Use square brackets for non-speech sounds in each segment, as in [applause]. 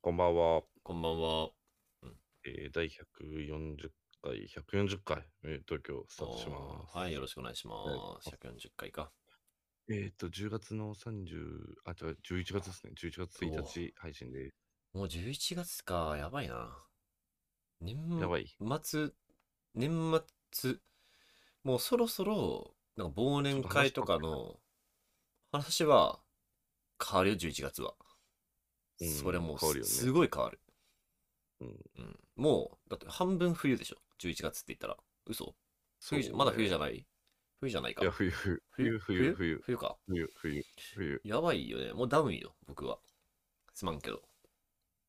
こんばんは。こんばんは。えー、第140回、140回、えー、東京スタートします。はい、よろしくお願いします。140回か。えーっと、10月の30、あ、違う、11月ですね。11月1日配信で、もう11月か、やばいな。年やばい。末、年末、もうそろそろ、なんか忘年会とかの話は変わるよ、11月は。うんそれも変わるうよねすごい変わる。うんうんもう、だって半分冬でしょ、11月って言ったら。嘘冬じゃまだ冬じゃいない冬じゃないかいや、。冬、冬、冬、冬、冬、冬か。冬、冬、冬やばいよね。もうダウンよ、僕は。すまんけど。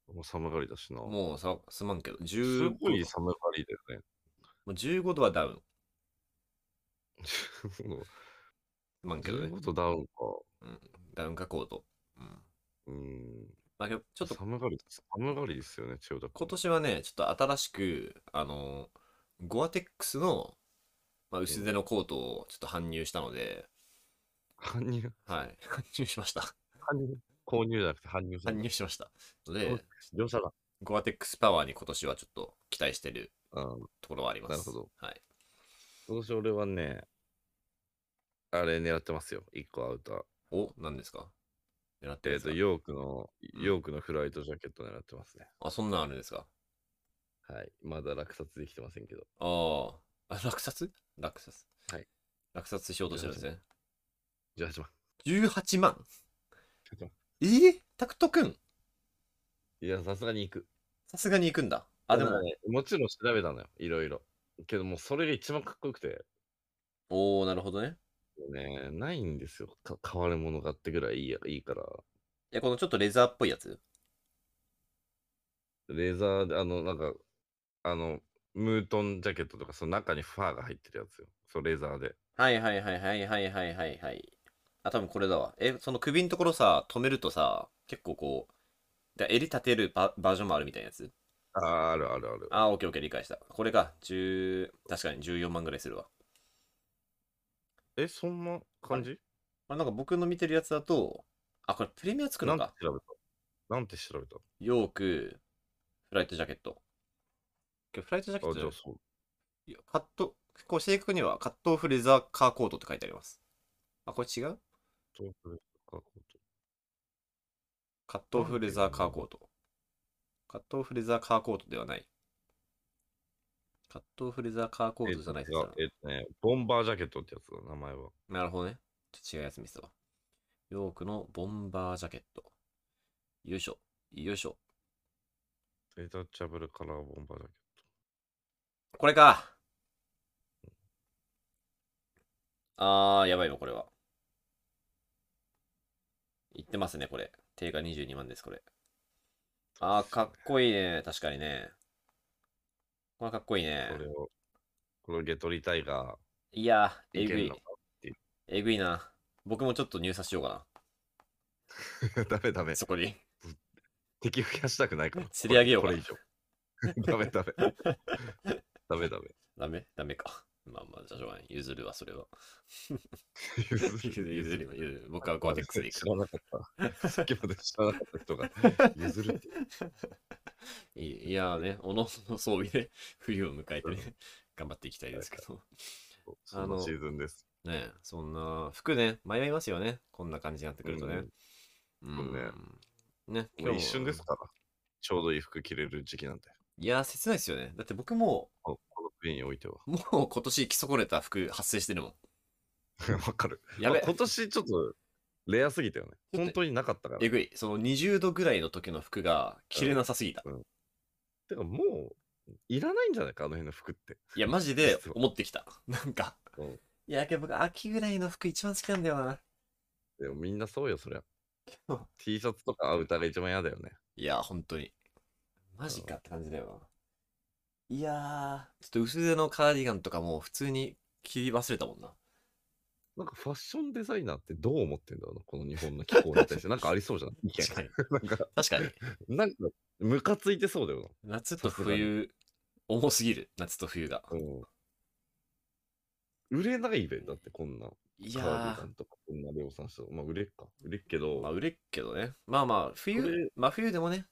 もう寒がりだしな。もうさ、すまんけど。す15ごい度寒がりだよね。 [laughs] もう15度はダウン。そのすまんけどね。 15度ダウンか。ダウンかコート。うん。うん。まあ、けどちょっと寒がり、寒がりですよね、千代田君今年はね、ちょっと新しく、あの、ゴアテックスの、まあ、薄手のコートをちょっと搬入したので、搬入、はい。搬入し [laughs] ました。搬入、購入じゃなくて搬入す搬る。入しました。のでお、乗車が。ゴアテックスパワーに今年はちょっと期待してるうん。ところはあります。なるほど。はい。今年俺はね、あれ狙ってますよ。1個アウター。お、何ですか狙ってえるっ、んですと、かヨークの、うんヨークのフライトジャケット狙ってますね。あ、そんなんあるんですかはい。まだ落札できてませんけど。ああ、あ落札落札。はい。落札しようとしてるんですね。 18万。 18万ちょっと待えー、タクトくんっていや、さすがに行く。さすがに行くんだ。あ、でただも、ね、もちろん調べたのよ。いろいろ。けどもうそれが一番かっこよくて、おおなるほどね。ね、ないんですよ。か買われ物があってぐらいいいやいいから。いや、このちょっとレザーっぽいやつ。レーザーで、あの、なんか、あの、ムートンジャケットとか、その中にファーが入ってるやつよ。そう、レーザーで。はいはいはいはいはいはいはいはい。あ、多分これだわ。え、その首のところさ、止めるとさ、結構こう、だ襟立てるババージョンもあるみたいなやつ。あーあるあるある。あー、オッケーオッケー、理解した。これが、10、確かに14万ぐらいするわ。え、そんな感じこれなんか僕の見てるやつだと、あ、これプレミアつくなのんてか。調べたなんて調べたヨーク、フライトジャケット。今日フライトジャケあ、ットじじゃゃなあいそう。いやカット、こう正確にはカットオフレザーカーコートって書いてあります。あ、これ違う東京かこうとカットオフレザーカーコート。カットオフレザーカーコートではない。カットオフレザーカーコートじゃないですえっかと。違うえっとね、ボンバージャケットってやつだ、名前は。なるほどね。ちょっと違うやつ見せたわ。ヨークのボンバージャケット。よいしょ。よいしょ。データチャブルカラーボンバージャケッこれか。あー、やばいわ、これは。言ってますね、これ。定価22万です、これ。ト。あー、かっこいいね。確かにね。これかっこいいね。これを、これをゲトリタイガいやー、ー、えいぐけるいの。えぐいな。僕もちょっと入札しようかか [laughs] ダメダメな。。そこに。敵増やしたくないから。 [laughs] 釣り上げようこかれ以上。 [laughs] ダメダメ。ダメダメ。ダメダメか。まあまあ、じゃあしょうがない。譲るわ、それは。 [laughs] 譲譲る、譲る。譲る僕はゴアテックスでいく知。らなかった。さっきまで知らなかった人が譲るって。いいいやーね、おのおの装備で [laughs] 冬を迎えてね、頑張っていきたいですけど。 [laughs] そのシーズンです。ねえそんな服ね迷いますよねこんな感じになってくるとね、うんそうねねもう一瞬もですから。ちょうどいい服着れる時期なんで。いやー切ないですよねだって僕もこのこの国においては。もう今年着損ねた服発生してるもわかる。んやべまあ今年ちょっとレアすぎたよね。ちょっと本当になかったから。えぐいその20度ぐらいの時の服が着れなさすぎた、てかもういらないんじゃないか、あの辺の服って。いやマジで実は思ってきたなんか、うんいやけど僕秋ぐらいの服一番好きなんだよなでもみんなそうよ、そりゃそう。 T シャツとかアウターが一番嫌だよね。いやー本当にマジかって感じだよないやーちょっと薄手のカーディガンとかもう普通に着忘れたもんななんかファッションデザイナーってどう思ってんだろうな、この日本の気候に [laughs] 対して。なんかありそうじゃない意見確かになんか、確かになんか、ムカついてそうだよ夏と冬、重すぎる、夏と冬が。な。うん。売れないべ、だってこんな。いカやーディガーン、とか、こんな量産した。まあ、売れっか。売れっけど。まあ、売れっけどね。まあまあ、これ冬、真冬でもね、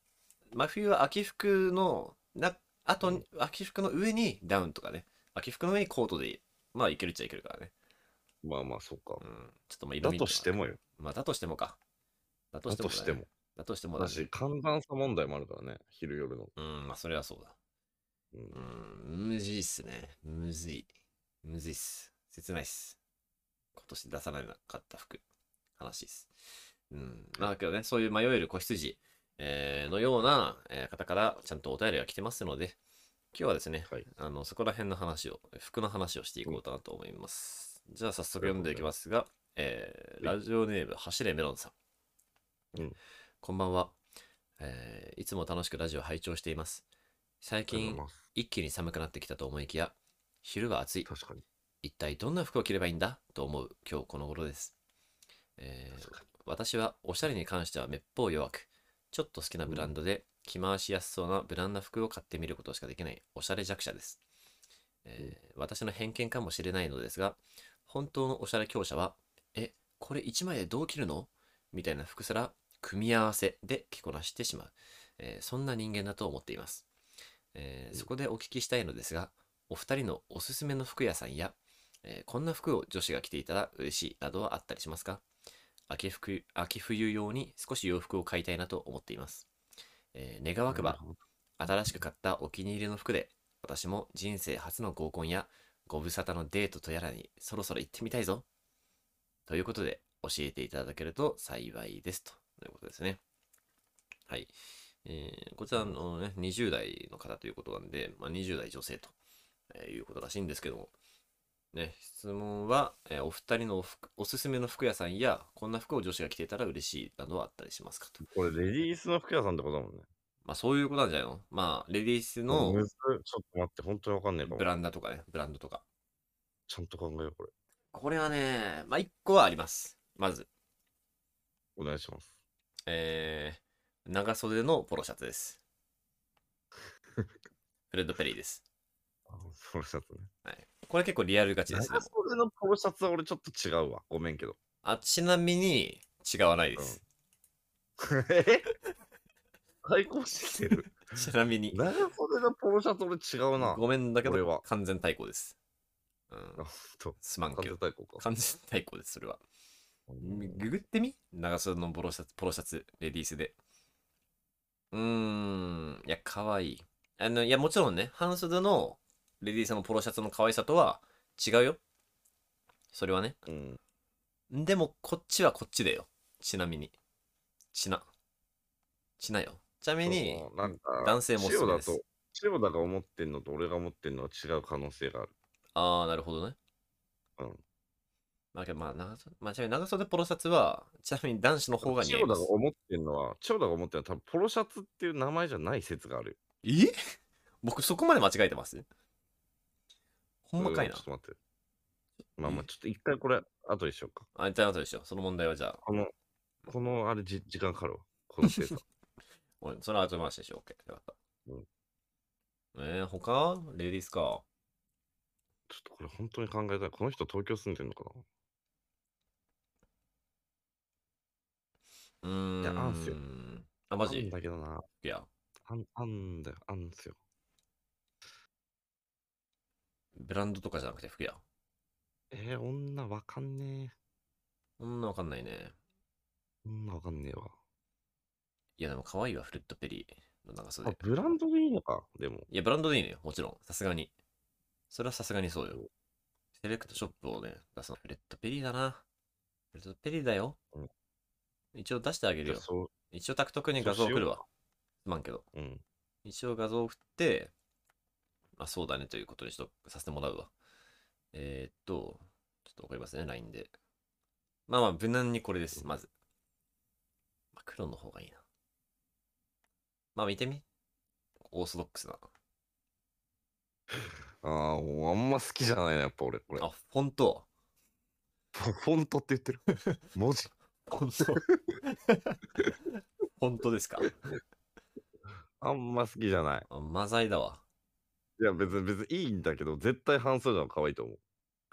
真冬は秋服のなあと、秋服の上にダウンとかね秋服の上にコートでまあいけるっちゃいけるからね、まあまあ、そうかう。ん、ちょっとまあだ色味としてもよ。まあだとしてもかだとだしてもとだ,、しても。だとしてもだだねし、寒暖差問題もあるからね、昼夜の。うんまあそれはそうだうんうんむずいっすねむずいむずいっす切ないっす今年出さなかった服悲しいっすうんまあだけどねそういう迷える子羊、えーのような、えー方からちゃんとお便りが来てますので今日はですねはい。あのそこら辺の話を服の話をしていこうかなと思います、じゃあ早速読んでいきますが、えーはいラジオネーム走れメロンさん、うんこんばんは、えーいつも楽しくラジオ拝聴しています最ありが近とうございます一気に寒くなってきたと思いきや昼は暑い確かに。一体どんな服を着ればいいんだと思う今日この頃です、えー確かに私はおしゃれに関してはめっぽう弱くちょっと好きなブランドで着回しやすそうな無難な服を買ってみることしかできないおしゃれ弱者です、えー私の偏見かもしれないのですが本当のおしゃれ強者はえこれ1枚でどう着るのみたいな服すら組み合わせで着こなしてしまう、えーそんな人間だと思っています、えーうんそこでお聞きしたいのですがお二人のおすすめの服屋さんや、えーこんな服を女子が着ていたら嬉しいなどはあったりしますか秋服秋冬用に少し洋服を買いたいなと思っています、えー願わくば新しく買ったお気に入りの服で私も人生初の合コンやご無沙汰のデートとやらにそろそろ行ってみたいぞということで教えていただけると幸いですということですねはい、えーこちらのね20代の方ということなんで、まあ、20代女性と、えーいうことらしいんですけどもね、質問は、えーお二人のお服おすすめの服屋さんやこんな服を女子が着ていたら嬉しいなどはあったりしますかと、これ、レディースの服屋さんってことだもんね。まあ、そういうことなんじゃないのまあレディースのむずちょっと待って、本当にわかんないかもブ。ランダとかね、ブランドとか。ちゃんと考えよう、これ。これはね、まあ、1個はあります。まず、お願いします。えー、長袖のポロシャツ [laughs] です。フレッド・ペリーです。あのポロシャツね。これ結構リアル勝ちですね長。袖のポロシャツは俺ちょっと違うわ。ごめんけ [laughs] ど。あ、ちなみに、違わないです。え対抗してきてる。ちなみに。長袖のポロシャツ俺違うな。ごめんだけこれはど、完全対抗です。うあん、と、すまん関け東ど。対抗か。完全対抗です、それは。うんググってみ長袖のポロシャツ、ポロシャツ、レディースで。うーん、いや、可愛いあの、いや、もちろんね、半袖のレディースのポロシャツの可愛さとは違うよ。それはね。うん。でも、こっちはこっちだよ。ちなみに。ちな。ちなよ。ちなみに、そうそうなんか男性もおすす塩めだですと、塩田が思ってんのと俺が思ってんのは違う可能性がある。あー、なるほどね。うん。まあ、けどまあ、長袖、まあ、ちなみに長袖ポロシャツは、ちなみに男子の方が似合い塩田まがす。思ってんのは、塩田が思ってんのは多分ポロシャツっていう名前じゃない説があるよ。え僕そこまで間違えてますほんまかいなそれはちょっ。と待って。まあまあ、ちょっと一回これ、後でしようか。あ、じゃあ後でしょ。その問題はじゃあ、この、このあれじ、時間かかるわ。この [laughs] 精査。俺それは後回しでしょ。OK。よかった。うんえー、他レディースか。ちょっとこれ本当に考えたい。この人東京住んでんのかうーん。いやあんすよあ、なマあんジだけどな。いや、あん、あんだよ。あんですよ。ブランドとかじゃなくて服や。えー、女わかんねそんなわかんないね。え。女わかんねえわ。いや、でも可愛いわ、フレッドペリーの長袖。あ、ブランドでいいのか。でも。いや、ブランドでいいのよ。もちろん。さすがに。それはさすがにそうよ。セレクトショップをね、出すの。フレッドペリーだな。フレッドペリーだよ。うん一応出してあげるじゃあよ。そ一応タクト君に画像送るわ。すまんけど。う。うん。一応画像送って、まあそうだねということにしとさせてもらうわ。えー、っと、ちょっと送りますね、LINE で。まあまあ、無難にこれです、まず。まあ、黒の方がいいな。まあ見てみ。オーソドックスな。ああ、もうあんま好きじゃないな、やっぱ俺。これ。 [laughs] あ、フォント。フォントって言ってる。 [laughs] 文字。フォント。フォントですか。あんま好きじゃない。あマザイだわ。いや、別に、別にいいんだけど、絶対半袖の方が可愛いと思う。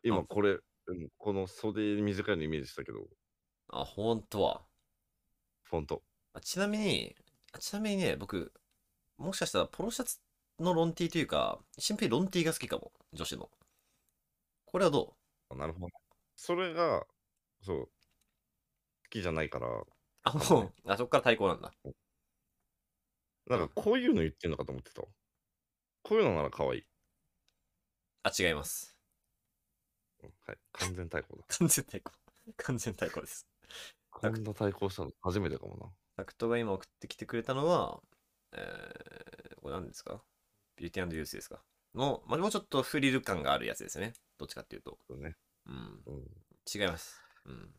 今あこれ、うんこの袖短いのイメージしたけど、あ、フォントは。フォント。あちなみに、あちなみにね、僕、もしかしたらポロシャツのロンティーというか、シンプルにロンティーが好きかも、女子の。これはどうあなるほど。それが、そう、好きじゃないから、あ、もう、あそこから対抗なんだ。なんかこういうの言ってんのかと思ってたわ。こういうのなら可愛い。あ、違います。うんはい、完全対抗だ。完全対抗。完全対抗です。こんな対抗したの初めてかもな。タクトが今送ってきてくれたのは、えー、これ何ですかビューティーユースですかの、まあ、もうちょっとフリル感があるやつですね。どっちかっていうと。そうねうん。うん、違います。うん。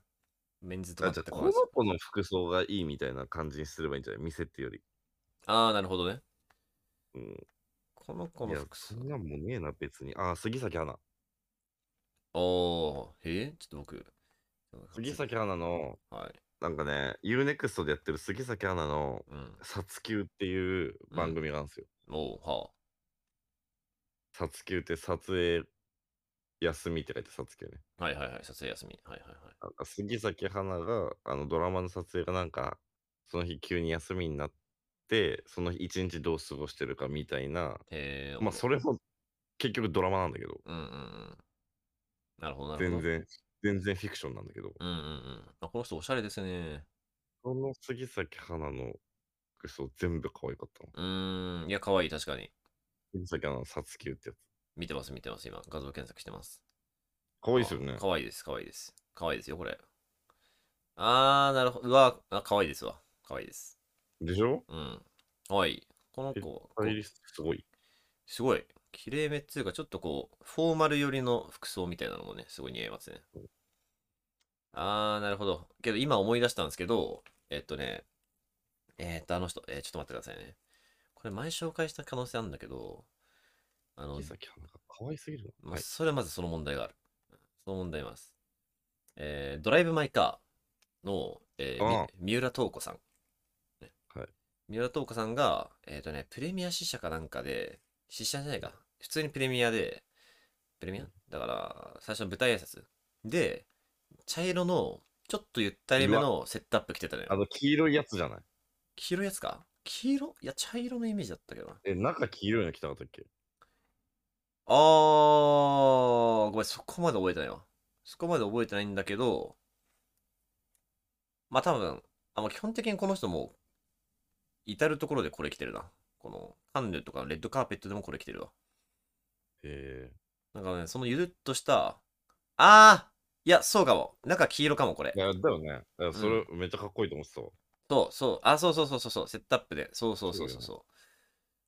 メンズとだかじゃ全あこのく同じ子の服装がいいみたいな感じにすればいいんじゃない店っていうより。ああ、なるほどね。うん、この子いのや、服装そ。んなもんねえな、別に。あー、杉咲花。おー、へえちょっと僕。杉咲花の、はい。なんかね、UNEXT でやってる杉咲花の、うん。サツキューっていう番組があるんですよ。おー、はサツキューって撮影休みって書いてサツキューね。あ。はいはいはい。撮影休み。はいはいはい。なんか杉咲花があのドラマの撮影がなんかその日急に休みになってその日一日どう過ごしてるかみたいなへえまあそれ。も結局ドラマなんだけどうんうんうん。なるほど、なる全ほど。然全然フィクションなんだけどうんうんうん。あ、この人おしゃれですね。その杉咲花の服装全部可愛かったのうーん。いや、可愛い確かに。杉咲花のサツキューってやつ見てます、見てます。今、画像検索してます。可愛いですよね可愛いです、可愛いです。可愛いですよ、これ。あー、なるほど。うわ、あ可愛いですわ。可愛いです。でしょうん。可愛い。このえ子、こスタイリストすごいすごい。きれいめっつうか、ちょっとこう、フォーマル寄りの服装みたいなのもね、すごい似合いますね。あー、なるほど。けど、今思い出したんですけど、えっとね、えーっと、あの人、えーちょっと待ってくださいね。これ前紹介した可能性あるんだけど、あの杉、咲花が可愛すぎるのまあ、はいそれはまずその問題がある。その問題はあります。えードライブ・マイ・カーの、えーみああ三浦透子さん。ねはい三浦透子さんが、えっ、とね、プレミア試写かなんかで、試写じゃないか、普通にプレミアで、プレミアだから、最初の舞台挨拶で、茶色の、ちょっとゆったりめのセットアップ着てたのあよ。の黄色いやつじゃない黄色いやつか黄色いや、茶色のイメージだったけどな。え中黄色いの着たかったっけあー、ごめん、そこまで覚えてないわ。そこまで覚えてないんだけど、まあ多分、あまあ基本的にこの人も、至るところでこれ着てるな。この、カンヌとかレッドカーペットでもこれ着てるわ。えなんかね、そのゆるっとした、あー、いや、そうかも。なんか黄色かも、これー、い。やだよねだからそれめっちゃかっこいいと思ってたわ、そうそう、あ、そうそうそうそうそう、セットアップで。そうそうそうそうそそう。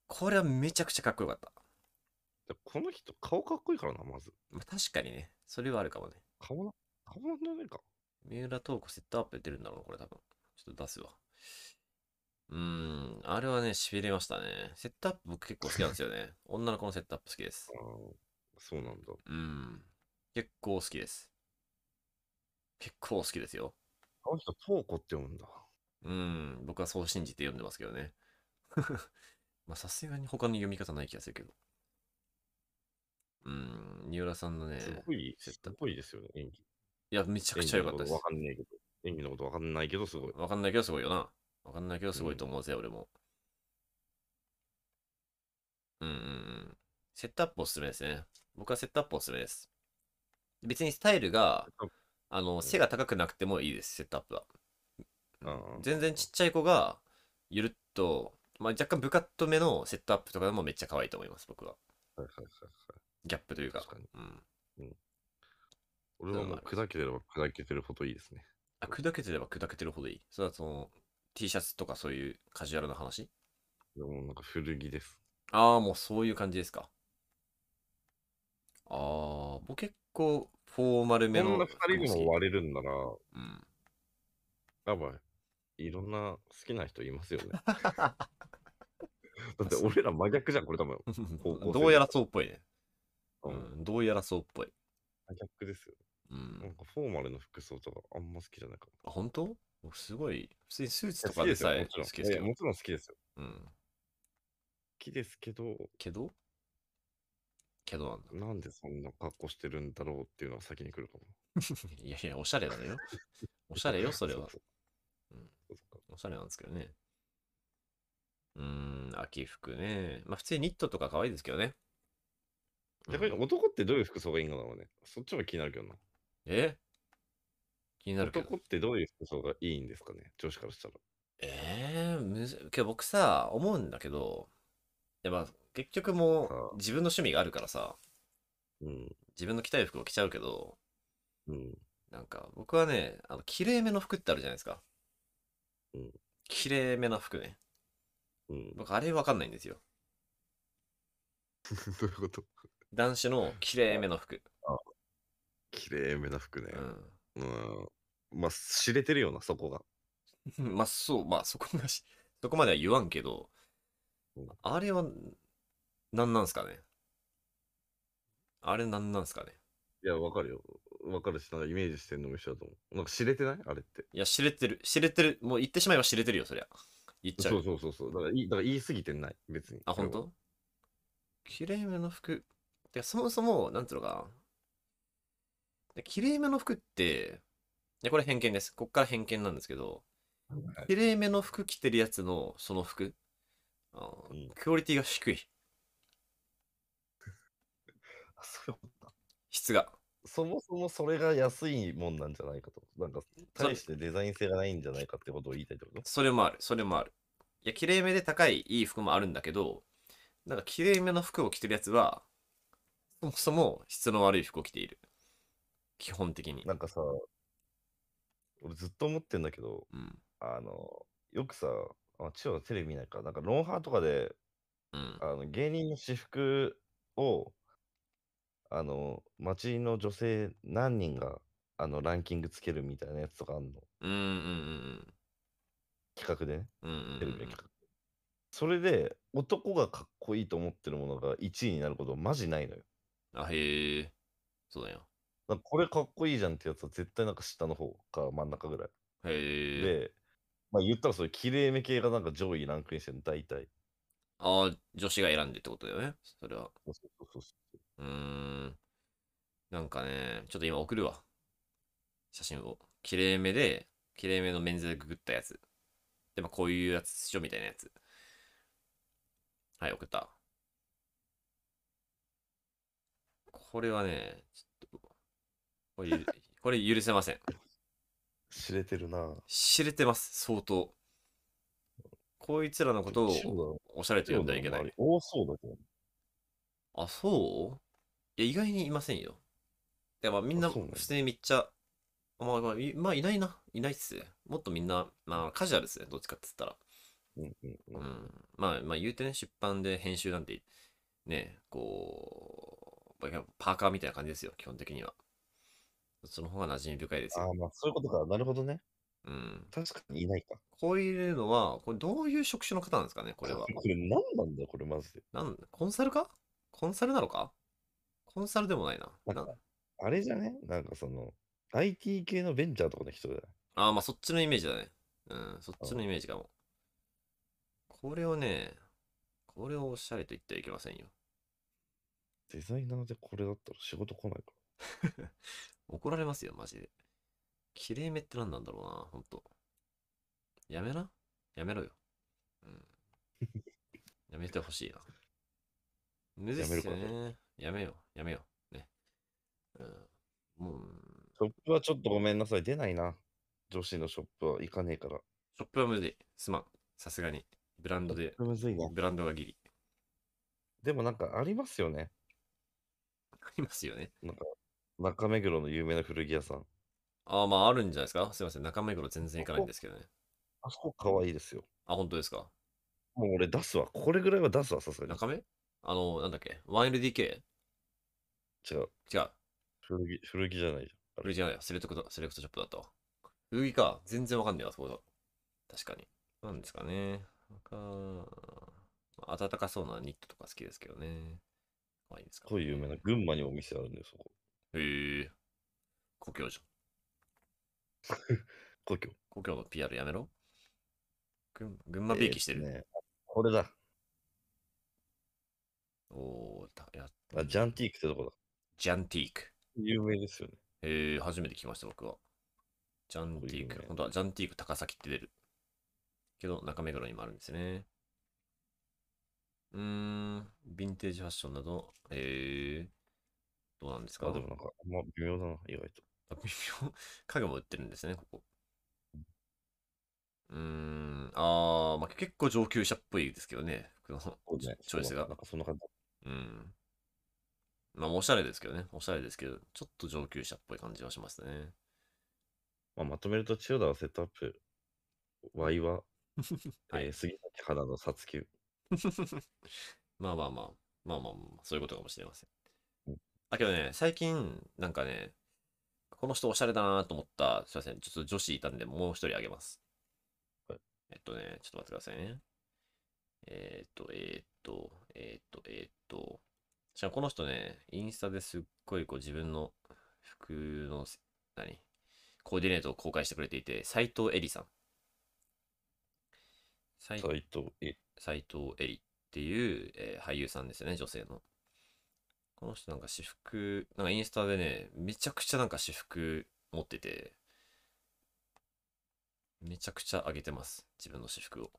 これはめちゃくちゃかっこよかった。でこの人、顔かっこいいからな、まず。まあ確かにね、それはあるかもね。顔な、顔なんじゃねえか。三浦透子セットアップで出るんだろうな、これ多分。ちょっと出すわ。うーん、あれはね、しびれましたね。セットアップ僕結構好きなんですよね。 [laughs] 女の子のセットアップ好きですあ。ーそうなんだ。うん。結構好きです。結構好きですよ。この人、トーコって読むんだ。うん、僕はそう信じて読んでますけどね。 [laughs] まあ、さすがに他の読み方ない気がするけど。うん、三浦さんのね、すごい、セすットアップごいですよね、演技。いや、めちゃく演ちゃ技良のかこったでとすわ。かんないけど。演技のことわかんないけど、すごい。わかんないけどすごいよな。わかんないけどすごいと思うぜ、俺も。うんうんうん。セットアップおすすめですね。僕はセットアップおすすめです。別にスタイルが、あの、背が高くなくてもいいです、セットアップは。あー全然ちっちゃい子が、ゆるっと、まあ、若干ブカッとめのセットアップとかでもめっちゃ可愛いと思います、僕は。はいはいはいはい。ギャップというか。確かにうん。俺はもう砕けてれば砕けてるほどいいですね。あ、砕けてれば砕けてるほどいい。それはその、T シャツとかそういうカジュアルな話でもなんか古着です。ああ、もうそういう感じですか。ああ、僕結構フォーマルこんめのな二人に服も好き割れるんなら、うん。やばい。いろんな好きな人います [laughs] よね。だって俺ら真逆じゃん、これ多分。高校生どうやらそうっぽいね。う、うんん、どうやらそうっぽい。真逆ですよ。うなんん。かフォーマルの服装とかあんま好きじゃないかも。あ本当僕すごい、普通にスーツと好かきでですよさもえちろん好きですいけやども。ちろん好きですよ。うん。好きですけど、けどけどなんだ。 [laughs] なんでそんな格好してるんだろうっていうのは先に来るかも。いやいや、おしゃれなのよ。おし [laughs] ゃれよ、それはう。そううんそうそうおしゃれなんですけどね。うーん、秋服ね。まあ普通にニットとか可愛いですけどね。うん逆に男ってどういう服装がいいのだろうね。そっちも気になるけどな。え気になるけど。男ってどういう服装がいいんですかね。女子からしたら。ええむず、けど僕さ、思うんだけど、いやまあ結局もはう自分の趣味があるからさ、うん。自分の着たい服を着ちゃうけど、うん。なんか僕はね、あの、綺麗めの服ってあるじゃないですか。うん。綺麗めな服ね。うん。僕あれわかんないんですよ。 [laughs] どういうこと [laughs] 男子の綺麗めの服。綺麗めな服ね。うん。うん。まあ、知れてるような、そこが。うん [laughs] まあそう、まあそこがし、 [laughs] そこまでは言わんけどうん、あれは、なんなんすかねあれなんなんすかねいや、わかるよ。わかるし、なんかイメージしてんのも一緒だと思う。なんか知れてないあれって。いや、知れてる、知れてる、もう言ってしまえば知れてるよ、そりゃ。言っちゃう。そうそうそうそう。だからいだから言い過ぎてない、別に。あ、本当綺麗めの服。てか、そもそも、なんつうのかな。綺麗めの服って、いや、これ偏見です。こっから偏見なんですけど、はい綺麗めの服着てるやつの、その服、あーうんクオリティが低い。あそう質が。そもそもそれが安いもんなんじゃないかと。なんか、そ大してデザイン性がないんじゃないかってことを言いたいってことそれもある、それもある。いや、綺麗めで高いいい服もあるんだけど、なんか綺麗めの服を着てるやつは、そもそも質の悪い服を着ている。基本的に。なんかさ、俺ずっと思ってんだけど、うん。あの、よくさ、あ千代はテレビ見ないから、なんか、ロンハーとかで、うん。あの芸人の私服を、あの、街の女性何人が、あの、ランキングつけるみたいなやつとかあんの。うんうんうん企画でね、うん。うんうんテうレんビの企画。それで、男がかっこいいと思ってるものが1位になることマジないのよ。うん。あ、へえ。そうだよ。なんかこれかっこいいじゃんってやつは絶対なんか下の方か真ん中ぐらい。へえ。で、まあ言ったらそれ綺麗め系がなんか上位ランクインしてるの大体。ああ、女子が選んでってことだよね。それは。そうそうそうそううーん。なんかね、ちょっと今送るわ。写真を。綺麗めで、綺麗めのメンズでググったやつ。でもこういうやつっしょみたいなやつ。はい、送った。これはね、ちょっと、これゆ、これ許せません。知れてるな知れてます、相当。こいつらのことををおしゃれと呼んだらいけない。多そうだけど。あ、そういや、意外にいませんよ。でまあみんな、あそうな普んや通にめっちゃ、あまあ、まあ、いまあ、いないな。いないっすね。もっとみんな、まあ、カジュアルっすね。どっちかっつったら。うんうんううんん。まあ、まあ、言うてね、出版で編集なんて、ね、こう、まあパーカーみたいな感じですよ、基本的には。その方が馴染み深いですあよ。あ、まあそういうことか。なるほどね。うん。確かにいないか。こういうのは、これどういう職種の方なんですかね、これは。これ何なんだよ、これマジで。なんコンサルかコンサルなのかコンサルでもないな。なんなかあれじゃねなんかその、IT 系のベンチャーとかの人だよ。ああ、まあそっちのイメージだね。うん、そっちのイメージかも。これをね、これをおしゃれと言ってはいけませんよ。デザイナーでこれだったら仕事来ないか怒られますよ、マジで。きれいめって何なんだろうな、ほんと。やめなやめろよ。 [laughs] うん。やめてほしいな。むずいっすよやめね。やめよう、やめよう。ね。うん。もう、ら。ショップはちょっとごめんなさい。出ないな。女子のショップは行かねえから。ショップは無理。すまん。さすがに。ブランドで、むずいな。ブランドがギリ。でもなんかありますよね。ありますよね。なんか、中目黒の有名な古着屋さん。ああ、まああるんじゃないですか。すいません。中目黒全然行かないんですけどね。あそこ可愛いですよ。あ、本当ですか。もう俺出すわ。これぐらいは出すわ、さすがに。中目あの、なんだっけ ?1LDK? 違う。違う。古着、古着じゃないじこれじゃないよ。セレクト、セレクトショップだったわ。古着か。全然わかんねえわ、そこだ。確かに。なんですかね。なんか、まあ暖かそうなニットとか好きですけどね。まあいいですゃん。か。すごい有名な。群馬にお店あるんだよ、そこ。へえ。故郷じゃん。故郷。故郷の PR やめろ。群群馬びいきしてる。えーっとね。これだ。おーたやあ、ジャンティークってとこだ。ジャンティーク。有名ですよね。へえ、初めて聞きました、僕は。ジャンテこィーういうク。ね本当は、ジャンティーク高崎って出る。けど、中目黒にもあるんですね。うーん、ヴィンテージファッションなど、えー、どうなんですかあ、でもなんか、まあ、微妙だな、意外と。あ微妙。 [laughs] 家具も売ってるんですね、ここ。うーん、あー、まあ、結構上級者っぽいですけどね、服のチョチョイスがなん。かそんな感じ。うん。まあ、おしゃれですけどね、おしゃれですけど、ちょっと上級者っぽい感じはしますね。まあ、まとめると、千代田はセットアップ、ワイは、 [laughs] はいえー杉咲花のさつき。まあまあまあ、まあまあまあ、そういうことかもしれませんうん。だけどね、最近、なんかね、この人おしゃれだなと思った、すいません、ちょっと女子いたんで、もう一人あげます。はいえっとね、ちょっと待ってくださいね。えーっと、えーっと、えーっと、えーっと、しかもこの人ね、インスタですっごいこう自分の服の、何コーディネートを公開してくれていて、斎藤恵里さん。斎藤斎藤、え、斉藤恵里っていう、えー俳優さんですよね、女性の。この人なんか私服、なんかインスタでね、めちゃくちゃなんか私服持ってて、めちゃくちゃ上げてます、自分の私服を。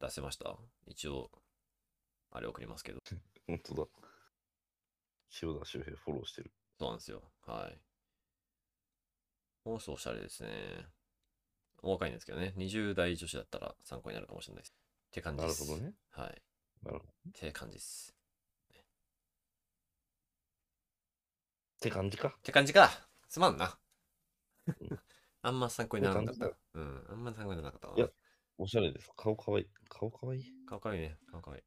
出せました一応、あれ送りますけど。本当だ。千代田周平フォローしてる。そうなんですよ。はい。この人おしゃれですね。お若いんですけどね、20代女子だったら参考になるかもしれないです。って感じなでるす。ほどね。はい。なるほど。って感じです。って感じかっ。て感じか。すまんなうん。 [laughs] あんま参考にならなかっって感た。うん、あんま参考にならなかったわいやおしゃれです。顔かわいい。顔か [laughs] わいい。顔かわいいね。顔かわいい。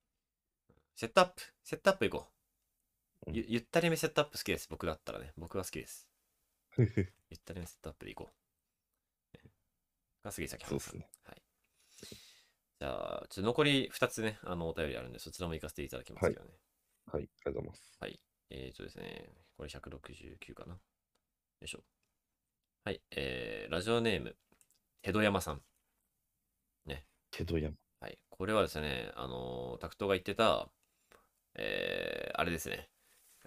セットアップ。セットアップ行こう。うんゆゆったりめセットアップ好きです。僕だったらね。僕は好きです。ゆったりめセットアップで行こう。が杉咲花さんそうっすね。はい。じゃあ、ちょっと残り2つね、あの、お便りあるんで、そちらも行かせていただきますけどね。はい、ありがとうございます。えーとですね、これ169かな。よいしょ。はい、えー、ラジオネーム、ヘドヤマさん。けどやん。はい、これはですね、あのー、タクトが言ってた、えー、あれですね、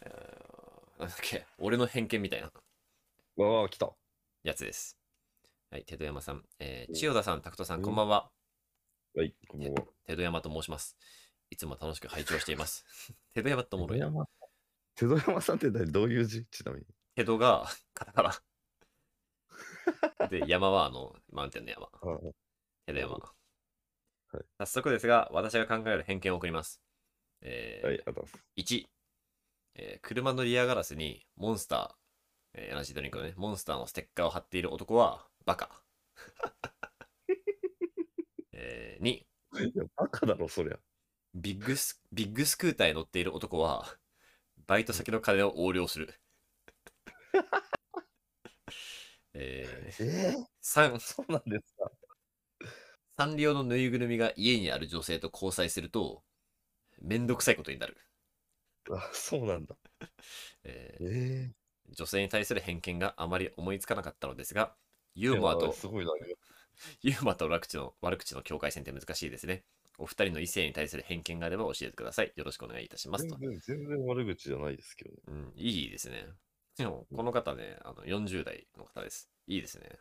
えー、なんだっけ、俺の偏見みたいなわあ、来た。やつです。はい、テドヤマさん、えー、うん千代田さん、タクトさん、うんこんばんは。はい、こんばんは。テドヤマと申します。いつも楽しく拝聴して [laughs] います。テドヤマっておもろいな。山手戸山さんって何どういう字ちなみに。ヘドが、カタカナ。で、山は、あの、マウンテンの山。ああヘドヤマ。なはい早速ですが、私が考える偏見を送ります。えーはい、ありがとうございます。 1、えー車のリアガラスにモンスター、えーエナジードリンクのね、モンスターのステッカーを貼っている男はバカ。 [laughs] えー2、いや、バカだろ、そりゃ。ビッグス、ビッグスクーターに乗っている男は、バイト先の金を横領 [laughs] する。えええー、3、そうなんですか。サンリオのぬいぐるみが家にある女性と交際すると、めんどくさいことになる。あ、そうなんだ。えーええ女性に対する偏見があまり思いつかなかったのですが、ユーモいアやと、すごいな。ユーモアと悪口の悪口の境界線って難しいですね。お二人の異性に対する偏見があれば教えてください。よろしくお願いいたします全と。然、全然悪口じゃないですけどね。うん、いいですね。でも、この方ね、あの40代の方です。いいですね。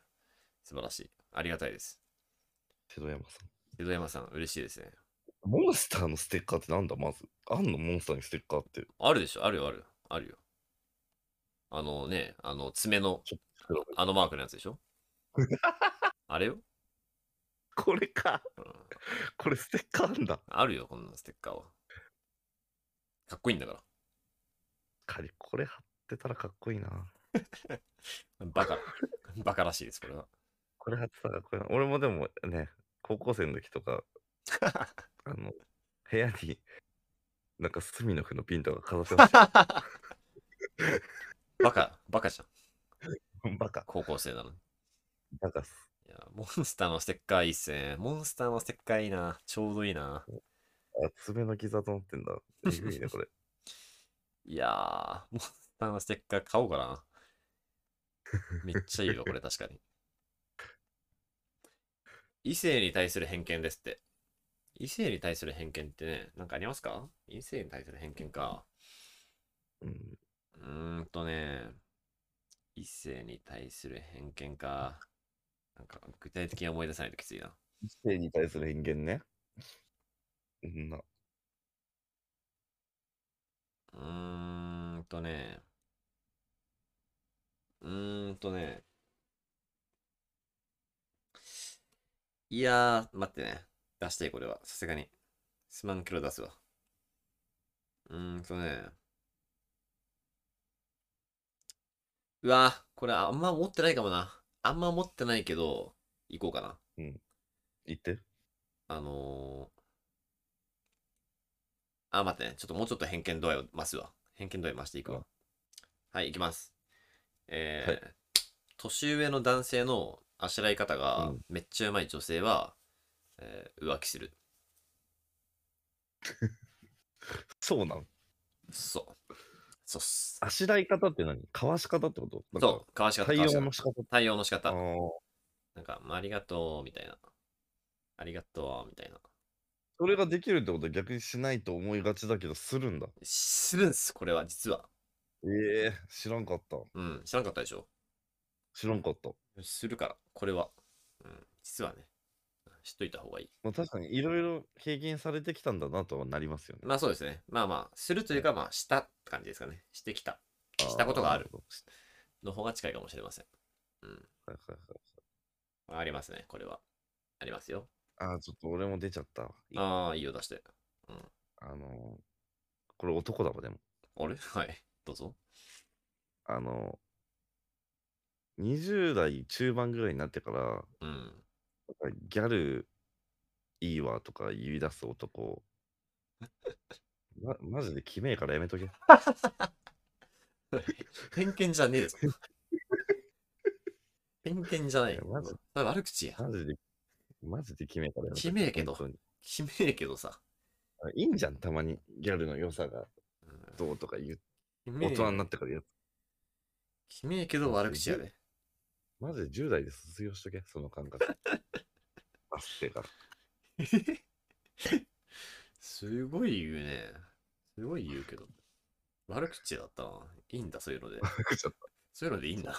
素晴らしい。ありがたいです。手戸山さん。江戸山さん、嬉しいですね。モンスターのステッカーってなんだ、まず。あんの、モンスターにステッカーって。あるでしょあるよ、あるよ。あるよ。あのね、あの爪の、ちょっとあのマークのやつでしょあれよ、これか。うんこれステッカーなんだ。あるよ、こんなステッカーは。かっこいいんだから。仮これ貼ってたらかっこいいな。バカ。バカらしいです、これは。これ貼ってたらかっこいいな。俺もでもね、高校生の時とか、あの、部屋に、なんか隅の区のピンとか飾ってましバカ、バカじゃん。 [laughs] た。バカ。高校生なのに。バカっす。いや、モンスターのステッカーいいっすね。モンスターのステッカーいいな。ちょうどいいな。あ、爪の傷となってん [laughs] だ。えぐいね、これ。いやー、モンスターのステッカー買おうか [laughs] な。めっちゃいいわ、これ確かに。異性に対する偏見ですって。異性に対する偏見ってね、なんかありますか異性に対する偏見か。うん。うーんとね、異性に対する偏見か。なんか具体的に思い出さないときついな。性に対する偏見ね。うんな。うーんとね。うーんとね。いやー、待ってね。出したい、これは。さすがに。すまんけど出すわ。うーんとね。うわー、これあんま持ってないかもな。あんま持ってないけど、行こうかな。言って。あのー、あ、待ってね。ちょっともうちょっと偏見度合いを増すわ。偏見度合い増していくわ。はい、いきます。えーは年上の男性のあしらい方がうんめっちゃうまい女性は、えー浮気する。そうなん。そう。そうっす。あしらい方って何かわし方ってことなんかそう、かわし方、対かわし応方の仕方って対応の仕あ方。ーなんか、まあ、ありがとう、みたいな。ありがとう、みたいな。それができるってことは逆にしないと思いがちだけど、するんだ。するんす、これは、実は。ええ知らんかった。うん、知らんかったでしょ知らんかった。するから、これは。うん、実はね、知っといた方がいい。まあ、確かにいろいろ経験されてきたんだなとはなりますよね。まあそうですね。まあまあ、するというか、まあ、したって感じですかね。してきた。したことがあるー。なほどの方が近いかもしれません。うん。はいはいはいまあありますね、これは。ありますよ。ああ、ちょっと俺も出ちゃったわ。いああ、いいよ、出して。あのーこれ男だわ、でも。あれはい。どうぞ。あのー20代中盤ぐらいになってから、 [laughs] うん。ギャルいいわとか言い出す男、ま、マジできめえからやめとけ。偏見じゃねえぞ。偏見じゃないいやマジ。それ悪口や。マジで、マジできめえからやめときめえけど本当にきめえけどさ。あいいんじゃん、たまにギャルの良さがうんどうとか言う。きめえ大人になってからやつ。きめえけど悪口やで。マジで10代で卒業しとけ、その感覚。 [laughs] あってから。すごい言うね。すごい言うけど。悪口だったな。いいんだ、そういうの [laughs] で。ちょっそういうのでいいんだ。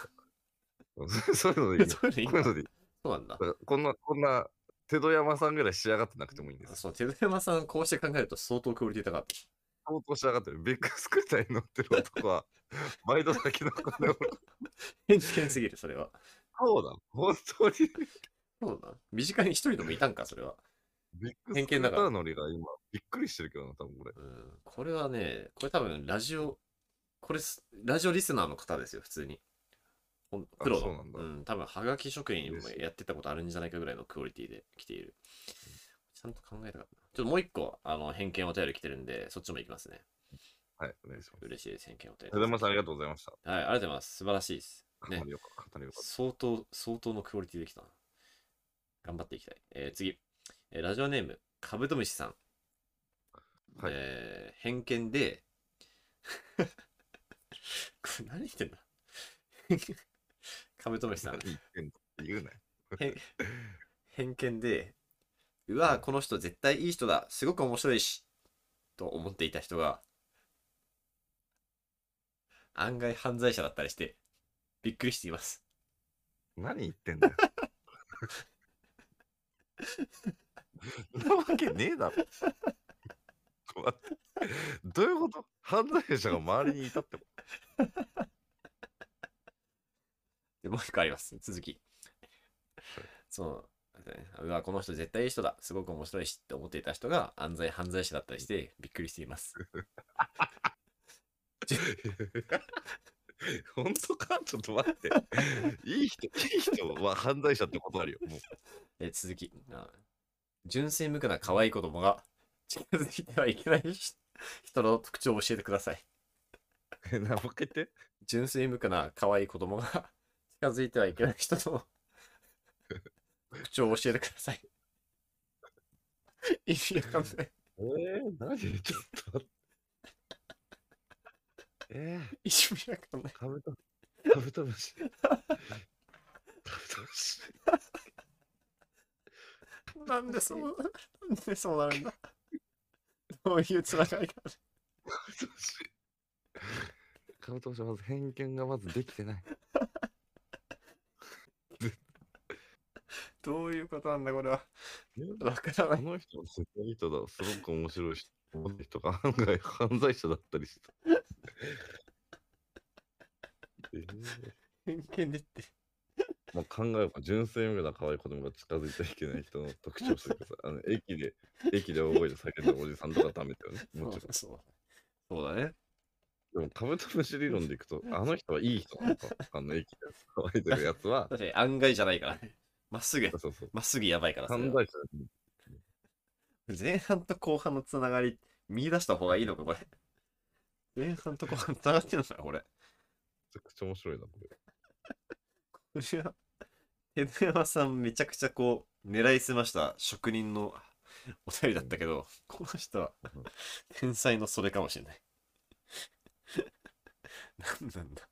と [laughs] そういうのでいいよ。そういうのいいんこういうだの。でいいそうなんだだ。からこんな、こんな、手戸山さんぐらい仕上がってなくてもいいんですよ。そう、手塚山さん、こうして考えると相当クオリティ高かった。相当仕上がってる。ビッグスクーターに乗ってる男は、毎度先の金を。偏見すぎる、それは。そうだ、本当に。そうだ。身近に一人でもいたんか、それは。ビッグ偏スク見だーかタらー乗りが今、びっくりしてるけどな、多分これ。うん。これはね、これ多分、ラジオ、これす、ラジオリスナーの方ですよ、普通に。ほんあプロそうのなん。だうん。多分、はがき職員も嬉しいやってたことあるんじゃないかぐらいのクオリティで来ている。ちゃんと考えたかった。ちょっともう一個、あの、偏見お便り来てるんで、そっちも行きますね。はい、お願いします。嬉しいです、偏見お便手戸り。山さん、ありがとうございました。はい、ありがとうございます。素晴らしいです。かねなりよかった。かなりよかっ相当、相当のクオリティできたな。頑張っていきたい。えー次、えーラジオネーム、カブトムシさん。た。はい。えー偏見で、 [laughs] これ何言ってんだカブトムシさん。言ってんの言うなよ。偏偏見で、うわ、この人絶対いい人だ。すごく面白いし。と思っていた人が、案外犯罪者だったりして、びっくりしています。何言ってんだよ。なわけねえだろ。ちょっと待ってどういうこと犯罪者が周りにいたってこでもう一個あります。続き。そう。ねうわ、この人絶対いい人だ。すごく面白いしって思っていた人が安罪犯罪者だったりしてびっくりしています。と本当かちょっと待って。いい人、いい人は犯罪者ってことあるよ。もうえ続き。あ純粋無垢な可愛い子供が近づいてはいけないし人の特徴を教えてください。えなもう一回言って。純粋無垢な可愛い子供が近づいてはいけない人の特徴を教えてください。意味わかんない。えー、何ちょっと待って。えー、意味わかんない。カブト、カブトムシ。カブトムシ。なんでそう、 [laughs] なんでそうなるんだ [laughs] どういうつながりがあるカブトムシはまず偏見がまずできてない。どういうことなんだこれは。こわからない。の人、すごい人だ。すごく面白い人。面白い人が案外犯罪者だったりした。えー偏見でって。まあ、考えば純粋無垢な可愛い子供が近づいてはいけない人の特徴というかさ、あの駅で、駅で大声で叫んだおじさんとかダメだよね。もちろん。そうそうだね。でもカブトムシ理論でいくと、あの人はいい人なのか。あの駅で騒いでるやつ [laughs] は、確かに案外じゃないからね。まっすぐや、そうそう。まっすぐやばいからそれ犯は罪者だね前半と後半のつながり、見出した方がいいのか、これ。前半と後半つながってるのか、これ。めちゃくちゃ面白いな、これ。 [laughs] これは、手の山さんめちゃくちゃこう、狙いすました職人の [laughs] お便りだったけど、この人はうん、天才のそれかもしれない。 [laughs] なんなんだ。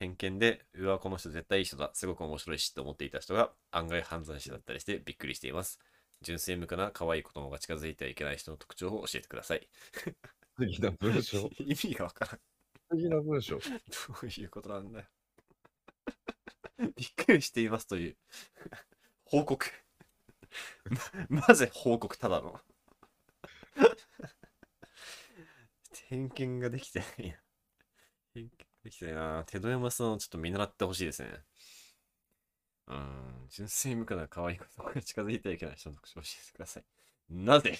偏見で、うわ、この人絶対いい人だ、すごく面白いしと思っていた人が、案外犯罪者だったりしてびっくりしています。純粋無垢な可愛い子供が近づいてはいけない人の特徴を教えてください。不思議な文章。不 [laughs] 意味がわからん。思議な文 [laughs] 章。どういうことなんだよ。びっくりしていますという。報告。ななぜ報告ただの。偏見ができてないな。偏見できてないな。手戸山さんをちょっと見習ってほしいですね。うーん。純粋無垢な可愛い子供が近づいてはいけない人の特徴を教えてください。なぜ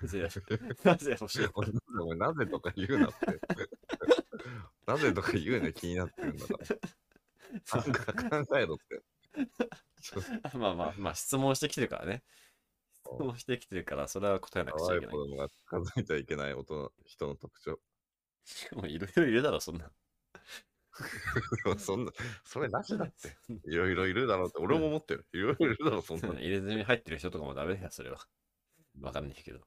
なぜなぜ欲しい [laughs] おいお前なぜとか言うなって。 [laughs] なぜとか言うな気になってるんだから。なんか考えろって。 [laughs] ちょっとまあまあまあ質問してきてるからね。質うん問してきてるから、それは答えなくち可ゃ愛いいけ子ない。供が近づいてはいけない大人人の特徴。し [laughs] かもいろいろいるだろ、そん [laughs] な。でもそんな、それなしだ [laughs] って。いろいろいるだろうって。俺も思ってる。いろいろいるだろう、そ [laughs] んなの。入れ墨入ってる人とかもダメだよ、それは。わかんないけど。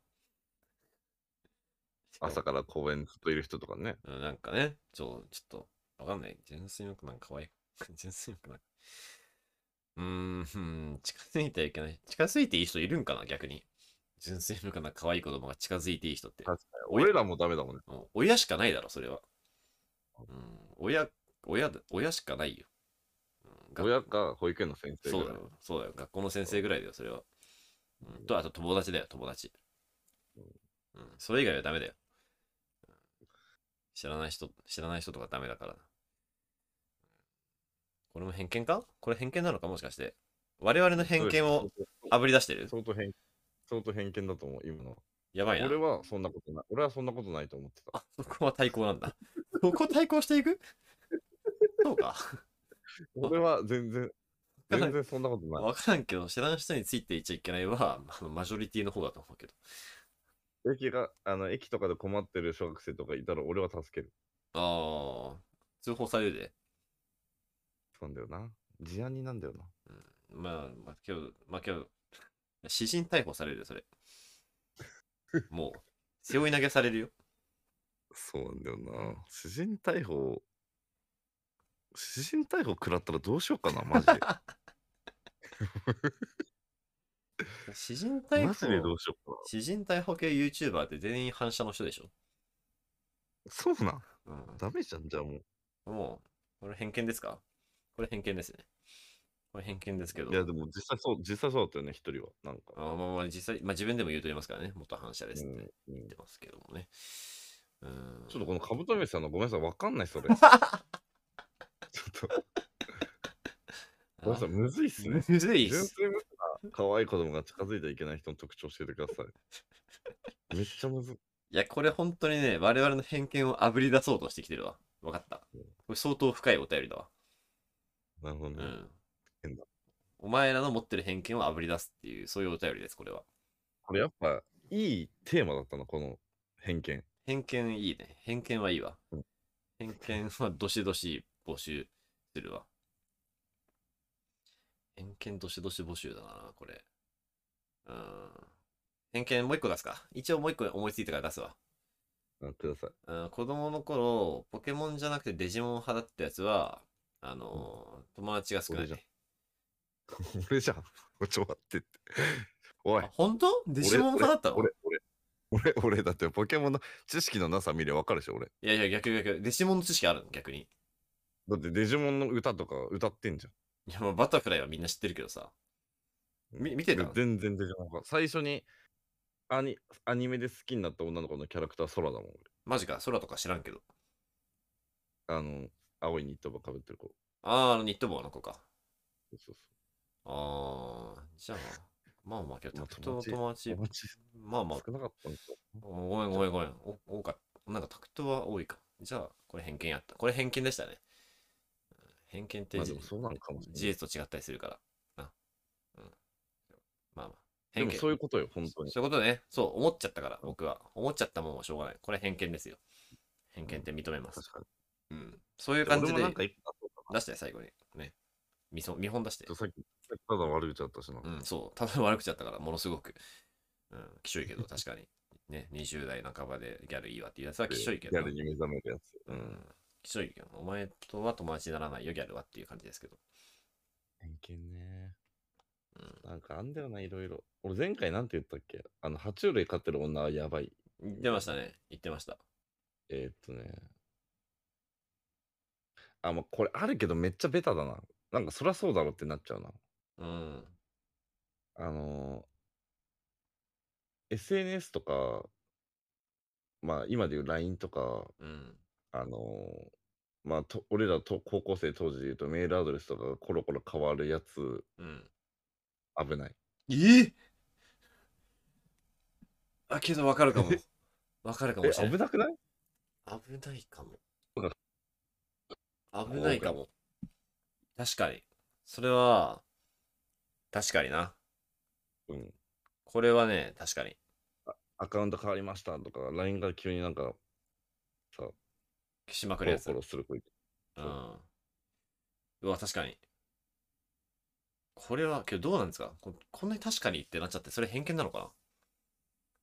朝から公園にずっといる人とか [laughs] ね。うんなんかね、ちょ、ちょっと、わかんない。純粋よくなんか可愛い。 [laughs] 純粋よくなんか。うーん、うん近づいてはいけない。近づいていい人いるんかな、逆に。純粋よくなんか可愛い子供が近づいていい人って。確かに。俺らもダメだもんね。うん親しかないだろ、それは。うん、親、親だ、親しかないよ。うんが親か保育園の先生そうがだよ、そうだよ。学校の先生ぐらいだよ、それは。うん、と、あと友達だよ、友達。うん、それ以外はダメだよ。知らない人、知らない人とかダメだから。これも偏見かこれ偏見なのかもしかして。我々の偏見を。あぶり出してる相当偏相当偏見だと思う、今のは。やばいな俺。はそんなことない。俺はそんなことないと思ってた。あ、そこは対抗なんだ。そこ対抗していくそうか。俺は全然、わから全ん然そんなことなわからんけど、知らん人についていっちゃいけないは、あのマジョリティの方だと思うけど。い。駅が、あの、駅とかで困ってる小学生とかいたら俺は助ける。ああ、通報されるで。そうなんだよな。事案になんだよな。まあ、まあ、けど、まあ、けど、 [laughs] 私人逮捕されるよ、それ。もう、背負い投げされるよ。そうなんだよな。詩人逮捕、詩人逮捕食らったらどうしようかな、マジで。私人 [laughs] 逮マジでど捕、うしようかな。私人逮捕系 YouTuber って全員反射の人でしょ。そうなん。うダメじゃん、じゃあもん。もう、これ偏見ですかこれ偏見ですね。これ偏見ですけどう。い。や、でも実際そう、実際そうだったよね、一人は。なんか。あーまあまあ、実際、まあ自分でも言うとりますからね。元反射ですってうんうん言ってますけどもね。うん。ちょっとこのカブトムシさんのごめんなさい、わかんない、 [laughs] それ。ちょっと、ごめんなさい、むずいっすね。むずいっ純す。粋無垢な可愛い子供が近づいてはいけない人の特徴教えてください。めっちゃむずい。いや、これ本当にね、我々の偏見をあぶり出そうとしてきてるわ。わかった。これ相当深いお便りだわ。なるほどうね。ん変だ。お前らの持ってる偏見をあぶり出すっていう、そういうお便りです、これは。これやっぱいいテーマだったな、この偏見。偏見いいね。偏見はいいわうん。偏見はどしどし募集するわ。偏見どしどし募集だな、これ。うん。偏見もう一個出すか。一応もう一個思いついたから出すわ。あください。うん子供の頃、ポケモンじゃなくてデジモン派だったやつは、あのー友達が少ない。俺じゃん [laughs] 俺じゃん。ちょ、待ってって。おいあ、本当デジモン派だったの俺、俺、俺、俺、俺だってポケモンの知識のなさ見りゃわかるでしょ、俺。いやいや、逆逆。デジモンの知識あるの逆に。だってデジモンの歌とか歌ってんじゃん。いや、まあバタフライはみんな知ってるけどさ。み見てた全然出てこなかった最初にアニアニメで好きになった女の子のキャラクター空だもんマジか、空とか知らんけど。俺あの青いニット帽かぶってる子あー、あのニット帽の子か。そうそうあー、じゃあ、まあまあ、けど、まあタクトの友友達、友達まあまあ、少なかったんですよおごめんごめんごめん。お多かった。なんかタクトは多いか。じゃあ、これ偏見やった。これ偏見でしたね。うん偏見ってまあじでもそうなのかもしれない事実と違ったりするから。なうん、まあまあ。で偏も見。そういうことよ本当にそういうことね。そう、思っちゃったから、僕は。思っちゃったもんはしょうがない。これ偏見ですよ。偏見って認めます。確かにうん。そういう感じ俺もでなんか一個あったかな出して、最後に。ね。見そ見本出してちょ。っとさっきさっきただ悪いちゃったしな、うん、そう。ただ悪口だったから、ものすごく。うん、きしょいけど、確かに。ね、20代半ばでギャルいいわっていうやつはきしょいけどや。るに目覚めるやつ、う、ん。きしょいけど、お前とは友達にならないよ、ギャルはっていう感じですけど。偏見ねうなんかあんだよないろいろ俺前回なんて言ったっけあの爬虫類飼ってる女はやばいん。言ってましたね。言ってました。えーっとねあまあこれあるけどめっちゃベタだななんかそりゃそうだろってなっちゃうなうん。あのー SNS とか、まあ今でいう LINE とか、うん。あのーまあと俺らと高校生当時で言うとメールアドレスとかがコロコロ変わるやつうん。危ない。えあ、けど分かる [laughs] かも。分かるかえもしれな危い。なくない危ないかも。危ないかも。確かに。それは、確かにな。うん。これはね、確かに。アカウント変わりましたとか LINE が急になんかさ消しまコくロるやつ。コロする子いてうん。うわ、確かに。これは、けどどうなんですかここんなに確かにってなっちゃって、それ偏見なのかな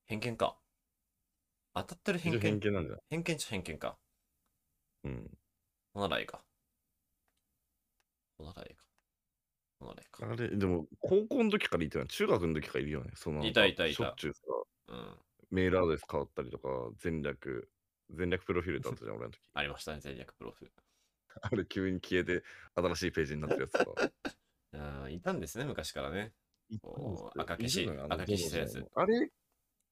偏見か。当たってる一偏応見。偏偏見見なんじゃないっちゃ偏見か。うん。おならいか。おならいか。おならいか。あれでも高校の時からいたよね中学の時からいるよねそのいたいたいたしょっちゅうさうん。メールアドレス変わったりとか、全略、全略プロフィールだったじゃん、俺の時。ありましたね、全略プロフ。あれ、急に消えて、新しいページになってるやつとか。うん、いたんですね、昔からね。おー赤消しいるのよあの赤消ししたやつあれ、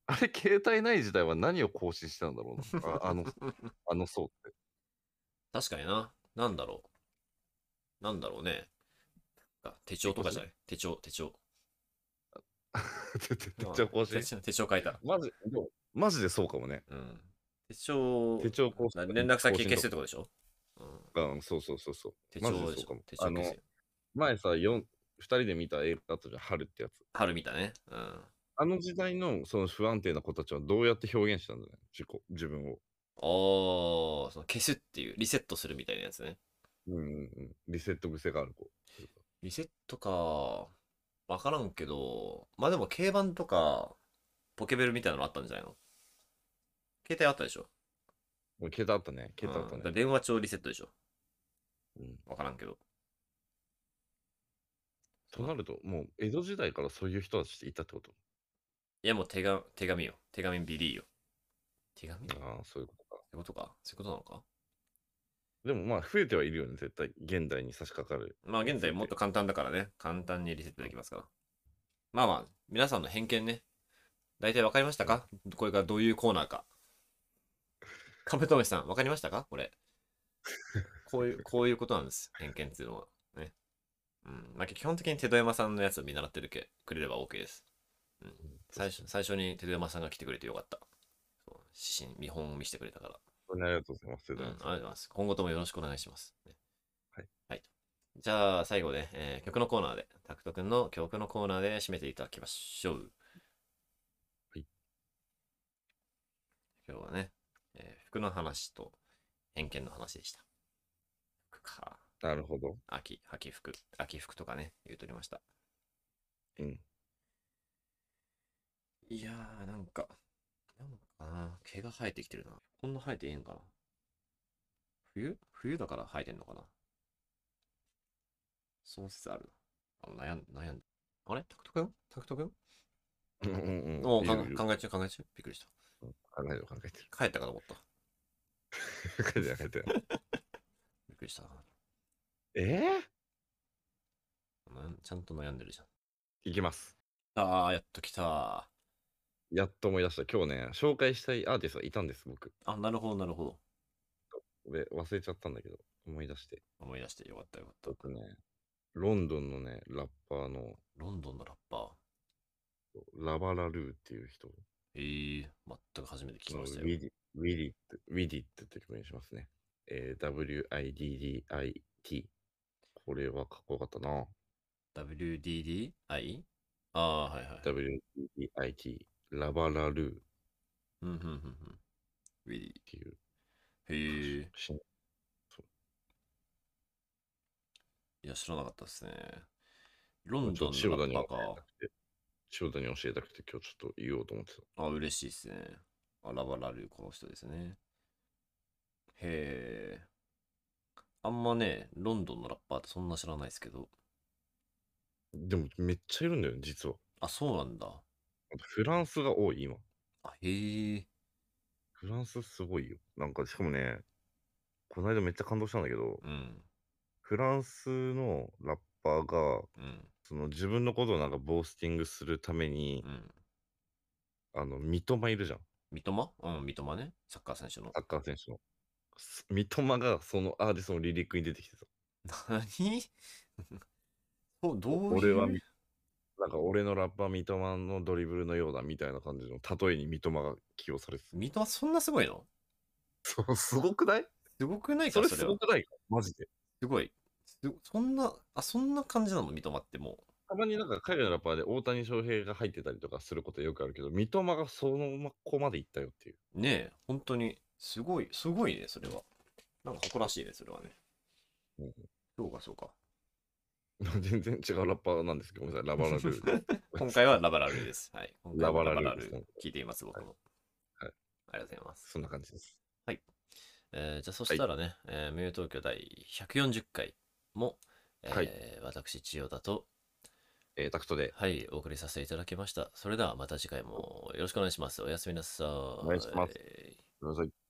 あれ、携帯ない時代は何を更新してたんだろうな。 [laughs] ああの、あの層って。確かにな。なんだろう。なんだろうね。あ手帳とかじゃない手帳、手帳。 [laughs] 手帳更新手帳手帳書いた。マジ、でもマジでそうかもね。うん。手帳、手帳更な新。連絡先消してるとこでしょ、うん、うん、そうそうそうそう。手マジで帳でそうしかょも手帳消あせのよ。前さ、4、2人で見た映画だったじゃん、春ってやつ。春見たね。うん。あの時代のその不安定な子たちはどうやって表現したんだろうね、自己、自分を。おー、その消すっていう、リセットするみたいなやつね。うんうんうん、リセット癖がある子。リセットか、わからんけど、まあでも、競馬とか、ポケベルみたいなのあったんじゃないの携帯あったでしょもう携帯あったね、携帯あうんっだかたらね。電話帳リセットでしょうんわからんけど。となると、もう江戸時代からそういう人たちっていたってこといや、もう手が手紙よ。手紙ビリーよ。手紙ってああ、そういうことか。ことかそういうことなのかでもまあ、増えてはいるよね、絶対。現代に差し掛かる。まあ現在もっと簡単だからね、簡単にリセットできますから。まあまあ、皆さんの偏見ね、大体わかりましたかこれがどういうコーナーか。カブトムシさん、わかりましたかこ [laughs] れ。こういう、こういうことなんです。偏見っていうのは。ね。うん。まあ基本的に手戸山さんのやつを見習ってるけくれれば OK です。うん。最初、最初に手戸山さんが来てくれてよかった。そう指針、見本を見せてくれたから。本当にありがとうございます。うん、ありがとうございます。今後ともよろしくお願いします。ねはい。じゃあ、最後ね、えー曲のコーナーで、タクト君の曲のコーナーで締めていただきましょう。はい。今日はね、えー服の話と偏見の話でした。服か。なるほど。秋、秋服、秋服とかね、言うとりました。うん。いやー、なんか、なんかな、毛が生えてきてるな。こんな生えてへんかな。冬冬だから生えてんのかな。その説あるな。あ悩ん、悩んあれタクト君タクト君うんうんうん。おお、いかいよいいよ考え中、考え中。びっくりした。考えてる考えてる。帰ったかと思った。 [laughs] 考えてる考えてる。びっくりした。えなんちゃんと悩んでるじいきます。ゃん。ああ、やっと来た。やっと思い出した。今日ね、紹介したいアーティストがいたんです、僕。あ、なるほど、なるほど。で忘れちゃったんだけど、思い出して。思い出してよかったよかった。僕ね、ロンドンのね、ラッパーのロンドンのラッパー。ラバラルーっていう人えー、全く初めて聞きのまウしたィよ。ディウィディット、ウィディットって曲にしますね。えー WIDDIT。これはかっこよかったな。 WDDI? ああ、はいはい。 WIDDIT。ラバラルーっうんうんうんうん。ウィリていう。ー。へえ。しいや、知らなかったですね。ロンちょドっンとの塩ラ田ッにパ教ーえたか。くて、塩田に教えたくて今日ちょっと言おうと思ってた。あ、嬉しいですね。あらばらるこの人ですね。へえ。あんまね、ロンドンのラッパーってそんな知らないですけど。でもめっちゃいるんだよね、実は。あ、そうなんだ。フランスが多い、今。あ、へえ。フランスすごいよ。なんか、しかもね、この間めっちゃ感動したんだけど、うん、フランスのラッパーが、うん、その自分のことをなんかボースティングするためにう、ん。あの、三笘いるじゃん。三笘うん、三笘ね。サッカー選手のサ。ッカー選手の。す三笘がそのアーティストのリリックに出てきてた。何 [laughs] そう、どういう俺はみ、なんか俺のラッパー三笘のドリブルのようだみたいな感じの例えに三笘が起用されてた。三笘そんなすごいのそう、 [laughs] すごくないすごくないそかれそれすはご。くないかマジで。すごい。すそんな、あ、そんな感じなの三笘ってもたまになんか海外のラッパーで大谷翔平が入ってたりとかすることよくあるけど、三笘がそのまこまで行ったよっていう。う。ねえ、本当に。すごい、すごいね、それは。なんか誇らしいね、それはね。うんそうか、そうか。 [laughs] 全然違うラッパーなんですけど、ごめんなさい、ラバラルー。今回はラバラルーです。はい。今回もラバラルーですね聞いています、僕も。はいありがとうございます。そんな感じです。えーじゃあそしたらね、えー、無友東京第140回も、えーはい私、千代田と、えー、タクトで。はい、お送りさせていただきました。それではまた次回もよろしくお願いします。おやすみなさい。お願いしますす。ごめんなさい